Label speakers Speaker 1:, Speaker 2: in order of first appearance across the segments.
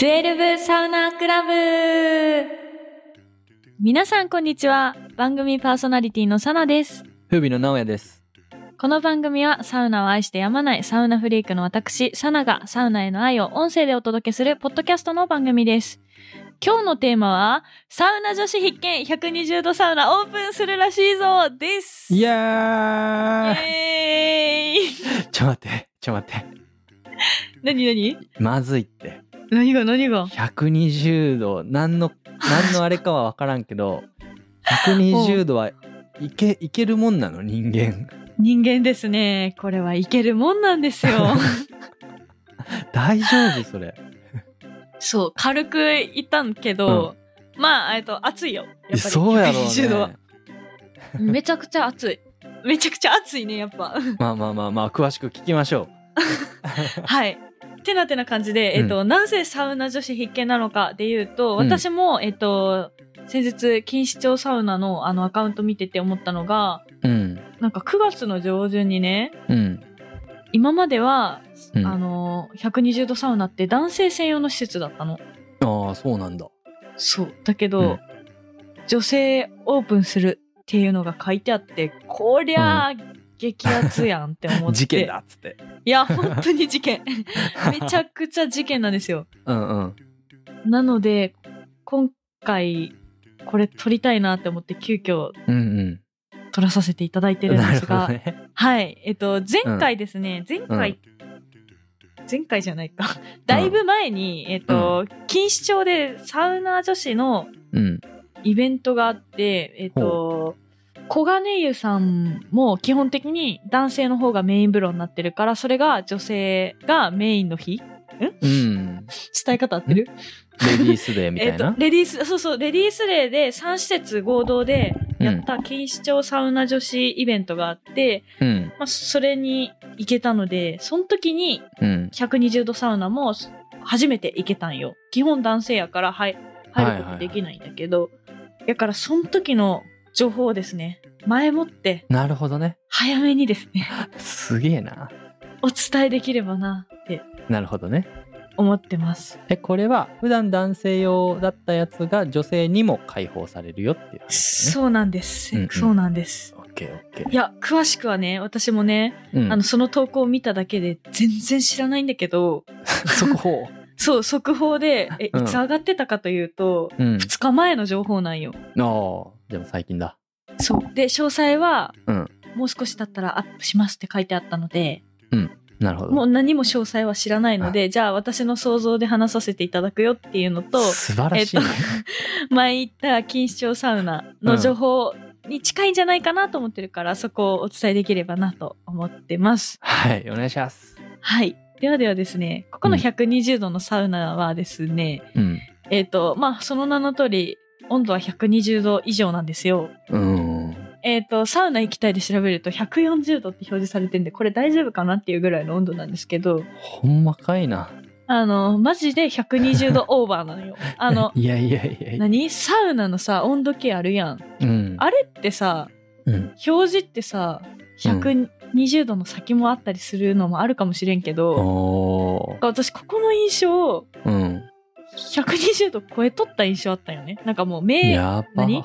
Speaker 1: 12サウナークラブ皆さんこんにちは番組パーソナリティのサナです
Speaker 2: 風美の直哉です。
Speaker 1: この番組はサウナを愛してやまないサウナフリークの私サナがサウナへの愛を音声でお届けするポッドキャストの番組です今日のテーマはサウナ女子必見120度サウナオープンするらしいぞです
Speaker 2: い
Speaker 1: イ
Speaker 2: やー
Speaker 1: エーイ
Speaker 2: ちょ待って、ちょ待って。
Speaker 1: 何何
Speaker 2: まずいって。
Speaker 1: 何が何が
Speaker 2: 120度、何の、何のあれかは分からんけど、120度はいけ、いけるもんなの人間。
Speaker 1: 人間ですねこれはいけるもんなんです よ
Speaker 2: 大丈夫それ。
Speaker 1: そう、軽く言ったんけど、まあ、えっと、暑いよ。やっぱり
Speaker 2: そうやろう
Speaker 1: 120度は
Speaker 2: ね。
Speaker 1: めちゃくちゃ暑い。めちゃくちゃ暑いね、やっ ぱ。
Speaker 2: まあまあまあまあ、詳しく聞きましょ
Speaker 1: はい。てなてな感じで、えっと、なぜサウナ女子必見なのかで言うと、
Speaker 2: うん
Speaker 1: 私も、えっと、先日、錦糸町サウナのあのアカウント見てて思ったのが、
Speaker 2: う。うん。
Speaker 1: なんか9月の上旬にね、
Speaker 2: うん。
Speaker 1: 今までは、
Speaker 2: うん
Speaker 1: あの、120度サウナって男性専用の施設だったの。
Speaker 2: ああ、そうなんだ。
Speaker 1: そう。だけど、
Speaker 2: うん
Speaker 1: 女性オープンするっていうのが書いてあって、こりゃあ、激アツやんって思って。
Speaker 2: 事件だっつって。
Speaker 1: いや、本当に事件。 めちゃくちゃ事件なんですよ。
Speaker 2: うんうん。
Speaker 1: なので、今回、これ撮りたいなって思って急遽
Speaker 2: うん
Speaker 1: 撮らさせていただいて
Speaker 2: うん。
Speaker 1: るん
Speaker 2: な
Speaker 1: で
Speaker 2: る
Speaker 1: す
Speaker 2: ほ
Speaker 1: が、
Speaker 2: どね。
Speaker 1: はい。えっと、前回ですね、前回、前回じゃないか。だいぶ前に、えっと、錦糸町でサウナ女子の
Speaker 2: うん。
Speaker 1: イベントがあって、えっ、と、小金湯さんも基本的に男性の方がメイン風呂になってるから、それが女性がメインの日
Speaker 2: うん。
Speaker 1: 伝え方合ってる
Speaker 2: レディースデーみた
Speaker 1: えっ
Speaker 2: い
Speaker 1: と
Speaker 2: な、。
Speaker 1: レディース、そうそう、レディースデーで3施設合同でやった錦糸町サウナ女子イベントがあって、
Speaker 2: うん。
Speaker 1: まあ、それに行けたので、その時に
Speaker 2: うん。
Speaker 1: 120度サウナも初めて行けたんよ。基本男性やから入入る
Speaker 2: はいはい
Speaker 1: こ
Speaker 2: は
Speaker 1: と
Speaker 2: い
Speaker 1: できないんだけど、やからその時の情報をですね、前もって
Speaker 2: なるほどね。
Speaker 1: 早めにですね、
Speaker 2: すげえな。
Speaker 1: お伝えできればなって
Speaker 2: なるほどね。
Speaker 1: 思ってます。
Speaker 2: え、これは普段男性用だったやつが女性にも開放されるよっていう話ですね。
Speaker 1: そうなんです。
Speaker 2: うんうん
Speaker 1: そうなんです。
Speaker 2: オッケーオッケ
Speaker 1: いや、詳しくはね、私もね、
Speaker 2: ー。うん、
Speaker 1: あの、その投稿を見ただけで全然知らないんだけど、
Speaker 2: 速報。
Speaker 1: そう、速報で、え、い
Speaker 2: うん
Speaker 1: つ上がってたかというと、
Speaker 2: うん。
Speaker 1: 2日前の情報なんよ。
Speaker 2: ああ、でも最近だ。
Speaker 1: そう。で、詳細は、
Speaker 2: うん
Speaker 1: もう少し経ったらアップしますって書いてあったので、
Speaker 2: なるほど。
Speaker 1: もう何も詳細は知らないので、じゃあ私の想像で話させていただくよっていうの と、
Speaker 2: 素晴らしい、ね
Speaker 1: 前行った錦糸町サウナの情報に近いんじゃないかなと思ってるから、そこをお伝えできればなと思ってます。
Speaker 2: はい、お願いします。
Speaker 1: はい。ではではですね、ここの
Speaker 2: うん
Speaker 1: 120度のサウナはですね、
Speaker 2: うん。
Speaker 1: えっ、と、まあ、その名の通り、温度は120度以上なんですよ。
Speaker 2: うん。
Speaker 1: えっ、と、サウナ行きたいで調べると140度って表示されてんで、これ大丈夫かなっていうぐらいの温度なんですけど、
Speaker 2: ほんまかいな。、
Speaker 1: あの、マジで120度オーバーなのよ。あの
Speaker 2: いやいやいやいや。
Speaker 1: 何サウナのさ、温度計あるやん。
Speaker 2: うん。
Speaker 1: あれってさ、
Speaker 2: うん。
Speaker 1: 表示ってさ、120度の先もあったりするのもあるかもしれんけど、なん
Speaker 2: おー
Speaker 1: か私ここの印象、
Speaker 2: うん。
Speaker 1: 120度超えとった印象あったよね。なんかもう目、
Speaker 2: やば
Speaker 1: 何。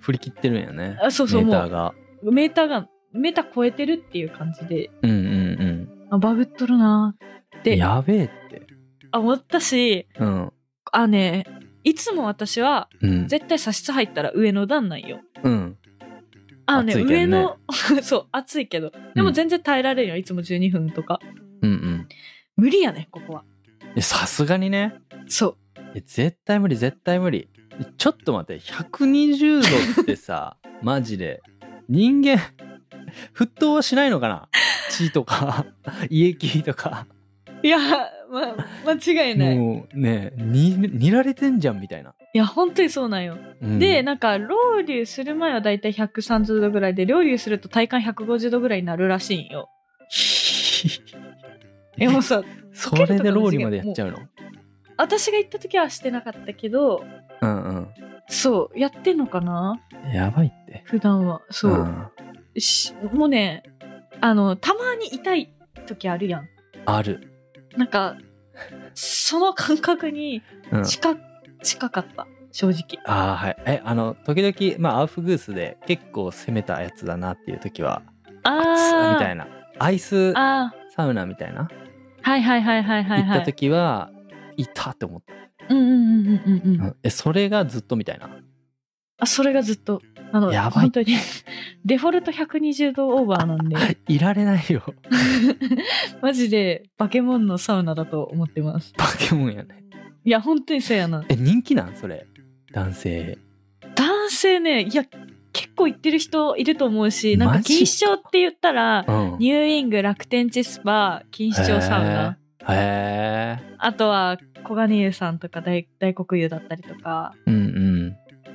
Speaker 2: 振り切ってるんやね。
Speaker 1: あそうそう
Speaker 2: メータ
Speaker 1: も
Speaker 2: ーが。
Speaker 1: うメーターが、メーター超えてるっていう感じで、
Speaker 2: うんうんうん。
Speaker 1: あバグっとるなーって
Speaker 2: やべえって。
Speaker 1: あ思ったし、
Speaker 2: うん。
Speaker 1: あね、いつも私は
Speaker 2: うん。
Speaker 1: 絶対茶室入ったら上の段なんよ。
Speaker 2: うん。
Speaker 1: あのね、
Speaker 2: 暑いけ
Speaker 1: 上
Speaker 2: どね
Speaker 1: の、 そう、暑いけど。でも全然耐えられるよ、いつも12分とか。
Speaker 2: うんうん。
Speaker 1: 無理やね、ここは。
Speaker 2: えさすがにね。
Speaker 1: そう。
Speaker 2: え絶対無理、絶対無理。ちょっと待って、120度ってさ、 マジで。人間、沸騰はしないのかな血とか、 胃液とか。
Speaker 1: いや、ま、間違いない。い
Speaker 2: もうね、に煮られてんじゃんみたいな。
Speaker 1: や、本当にそうなんよ。
Speaker 2: うん
Speaker 1: で、なんか、ロウリュする前はだいたい130度ぐらいで、ロウリュすると体感150度ぐらいになるらしいんよ。え、もうさ、
Speaker 2: それでローリーまでやっちゃうの
Speaker 1: 私が行った時はしてなかったけど、
Speaker 2: うん
Speaker 1: そう、やってんのかな
Speaker 2: うん。やばいって。
Speaker 1: 普段は。そう。
Speaker 2: うん
Speaker 1: しもうねあのたまに痛い時あるやん
Speaker 2: ある。
Speaker 1: なんかその感覚に
Speaker 2: うん、
Speaker 1: 近,、近かった正直
Speaker 2: ああはいえあの時々まあアウフグースで結構攻めたやつだなっていう時は熱っ
Speaker 1: ああ
Speaker 2: みたいなアイス
Speaker 1: あ
Speaker 2: サウナみたいな
Speaker 1: ーはいはいはいはいはい
Speaker 2: 行
Speaker 1: は
Speaker 2: っ
Speaker 1: い
Speaker 2: た時は行ったって思った、
Speaker 1: うんうんうんうんうんうん、
Speaker 2: うんえそれがずっとみたいな
Speaker 1: あそれがずっとあの
Speaker 2: やばい
Speaker 1: 本当に デフォルト120度オーバーなんで
Speaker 2: いられないよ
Speaker 1: マジでバケモンのサウナだと思ってます
Speaker 2: バケモンやね
Speaker 1: いや本当にそうやな
Speaker 2: え人気なんそれ男性
Speaker 1: 男性ねいや結構行ってる人いると思うしなんか
Speaker 2: マジ
Speaker 1: 錦糸町って言ったら
Speaker 2: うん
Speaker 1: ニューイング楽天地スパ錦糸町サウナ
Speaker 2: へえ
Speaker 1: あとは小金湯さんとか大大黒湯だったりとか
Speaker 2: うん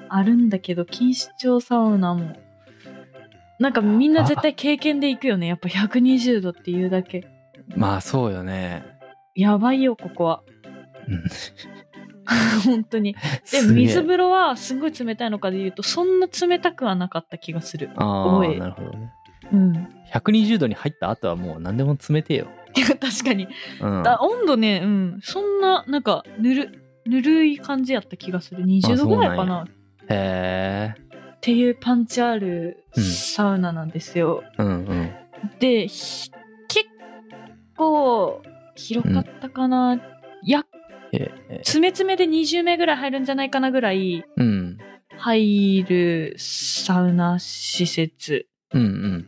Speaker 1: あるんだけど錦糸町サウナもなんかみんな絶対経験で行くよねやっぱ120度っていうだけ
Speaker 2: うんまあそうよね
Speaker 1: やばいよここは
Speaker 2: うん
Speaker 1: 本当にです
Speaker 2: げえ
Speaker 1: 水風呂はすごい冷たいのかで言うとそんな冷たくはなかった気がする
Speaker 2: あ
Speaker 1: 多い
Speaker 2: あなるほどね
Speaker 1: うん い
Speaker 2: 120度に入った後はもう何でも冷てえよ、
Speaker 1: や確かに
Speaker 2: うん、
Speaker 1: あ温度ねうんそんななんかぬるぬるい感じやった気がする20
Speaker 2: あそ
Speaker 1: 度ぐ
Speaker 2: うなんや
Speaker 1: らいかな
Speaker 2: へえ
Speaker 1: っていうパンチある
Speaker 2: うん
Speaker 1: サウナなんですよ、
Speaker 2: うんうん
Speaker 1: でひ結構広かったかな、いや
Speaker 2: へえ
Speaker 1: 詰め詰めで20名ぐらい入るんじゃないかなぐらい
Speaker 2: うん
Speaker 1: 入るサウナ施設
Speaker 2: うんうん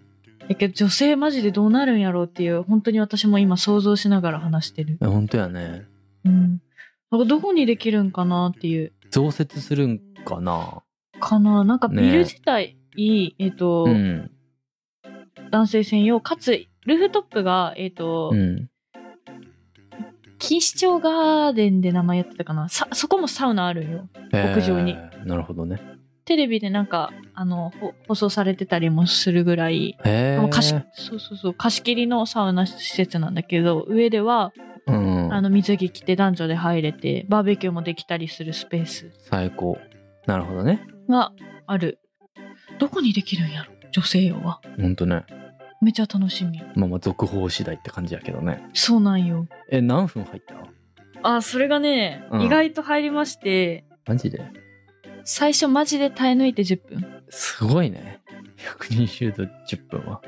Speaker 1: やけど女性マジでどうなるんやろうっていう本当に私も今想像しながら話してる
Speaker 2: え本当やね
Speaker 1: うんなんかどこにできるんかなっていう
Speaker 2: 増設するんかな
Speaker 1: かななんかビ
Speaker 2: ね
Speaker 1: ル自体、えっ、と、
Speaker 2: うん
Speaker 1: 男性専用かつルーフトップがえっ、と、
Speaker 2: うん
Speaker 1: 錦糸町ガーデンで名前やってたかなさそこもサウナあるんよ屋上に
Speaker 2: へえなるほどね
Speaker 1: テレビでなんかあのほ放送されてたりもするぐらい
Speaker 2: へえ
Speaker 1: もう貸しそうそうそう貸し切りのサウナ施設なんだけど上では、
Speaker 2: うん
Speaker 1: あの水着着て男女で入れてバーベキューもできたりするスペース
Speaker 2: 最高なるほどね
Speaker 1: があるどこにできるんやろ女性用は
Speaker 2: ほんとね
Speaker 1: めちゃ楽しみ
Speaker 2: まあまあ続報次第って感じやけどね
Speaker 1: そうなんよ
Speaker 2: え何分入った
Speaker 1: あそれがね、
Speaker 2: うん
Speaker 1: 意外と入りまして
Speaker 2: マジで
Speaker 1: 最初マジで耐え抜いて10分
Speaker 2: すごいね120度10分は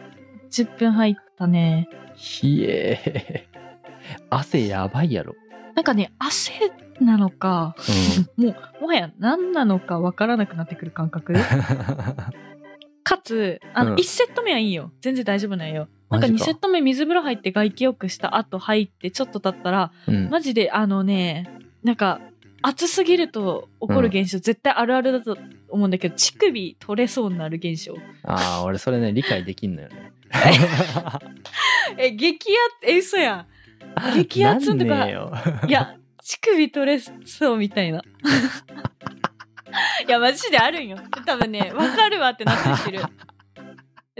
Speaker 1: 10分入ったね
Speaker 2: ひえ汗やばいやろ
Speaker 1: なんかね汗なのかもうもはや何なのかわからなくなってくる感 覚かつあの、
Speaker 2: うん
Speaker 1: 1セット目はいいよ全然大丈夫なんよなん
Speaker 2: マ
Speaker 1: か
Speaker 2: ジ
Speaker 1: 2
Speaker 2: か
Speaker 1: セット目水風呂入って外気浴した後入ってちょっと経ったら
Speaker 2: うん、うん、
Speaker 1: マジであのねなんか暑すぎると起こる現象、絶対あるあるだと思うんだけど乳首取れそうになる現象
Speaker 2: ああ俺それね理解できんのよね
Speaker 1: え激アえ嘘やん激アツと
Speaker 2: なん
Speaker 1: か
Speaker 2: ねえよ
Speaker 1: いや乳首取れそうみたいな いやマジであるんよ多分ねわかるわって納得してる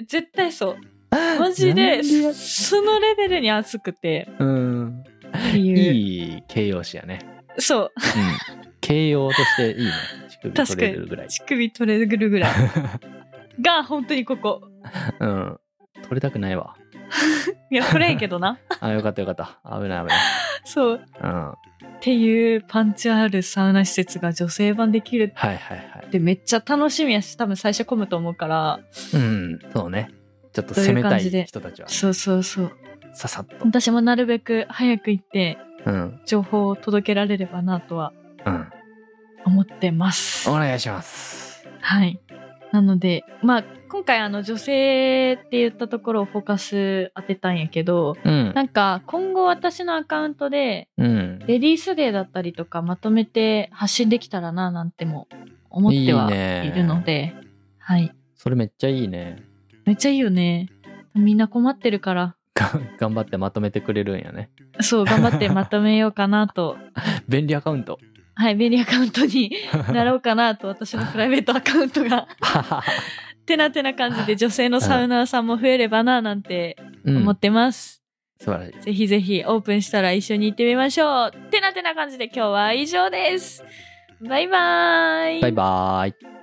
Speaker 1: 絶対そうマジ
Speaker 2: な
Speaker 1: で
Speaker 2: んや
Speaker 1: そのレベルに熱くて
Speaker 2: うん
Speaker 1: っていう
Speaker 2: いい形容詞やね、
Speaker 1: そう
Speaker 2: うん、形容としていいね乳首取れるぐらい、
Speaker 1: 乳首取れる ぐらいが本当にここ
Speaker 2: うん、取れたくないわ
Speaker 1: いやこれやけどな
Speaker 2: あよかったよかった危ない危ない
Speaker 1: そうっ
Speaker 2: うんは
Speaker 1: ていうパンチあるサウナ施設が女性版できる
Speaker 2: いはいはい
Speaker 1: ってめっちゃ楽しみやし多分最初混むと思うから
Speaker 2: うんそうねちょっと攻めたい人たちは
Speaker 1: そうそうそう
Speaker 2: ささっと
Speaker 1: 私もなるべく早く行って
Speaker 2: うん
Speaker 1: 情報を届けられればなとは
Speaker 2: うん
Speaker 1: 思ってます
Speaker 2: お。願いします
Speaker 1: はい。なので、まあ、今回あの女性って言ったところをフォーカス当てたんやけど、
Speaker 2: うん
Speaker 1: なんか今後私のアカウントで
Speaker 2: うん
Speaker 1: レディースデーだったりとかまとめて発信できたらななんても思ってはい
Speaker 2: いね
Speaker 1: いるので、はい。
Speaker 2: それめっちゃいいね
Speaker 1: めっちゃいいよね。みんな困ってるから、
Speaker 2: が頑張ってまとめてくれるんやね
Speaker 1: そう、頑張ってまとめようかなと、
Speaker 2: 便利アカウント
Speaker 1: はい、便利アカウント になろうかなと、私のプライベートアカウントが。てなてな感じで女性のサウナーさんも増えればななんて
Speaker 2: うん
Speaker 1: 思ってます、
Speaker 2: 素晴らしい
Speaker 1: ぜひぜひオープンしたら一緒に行ってみましょうてなてな感じで今日は以上ですバイバーイ
Speaker 2: バイバーイ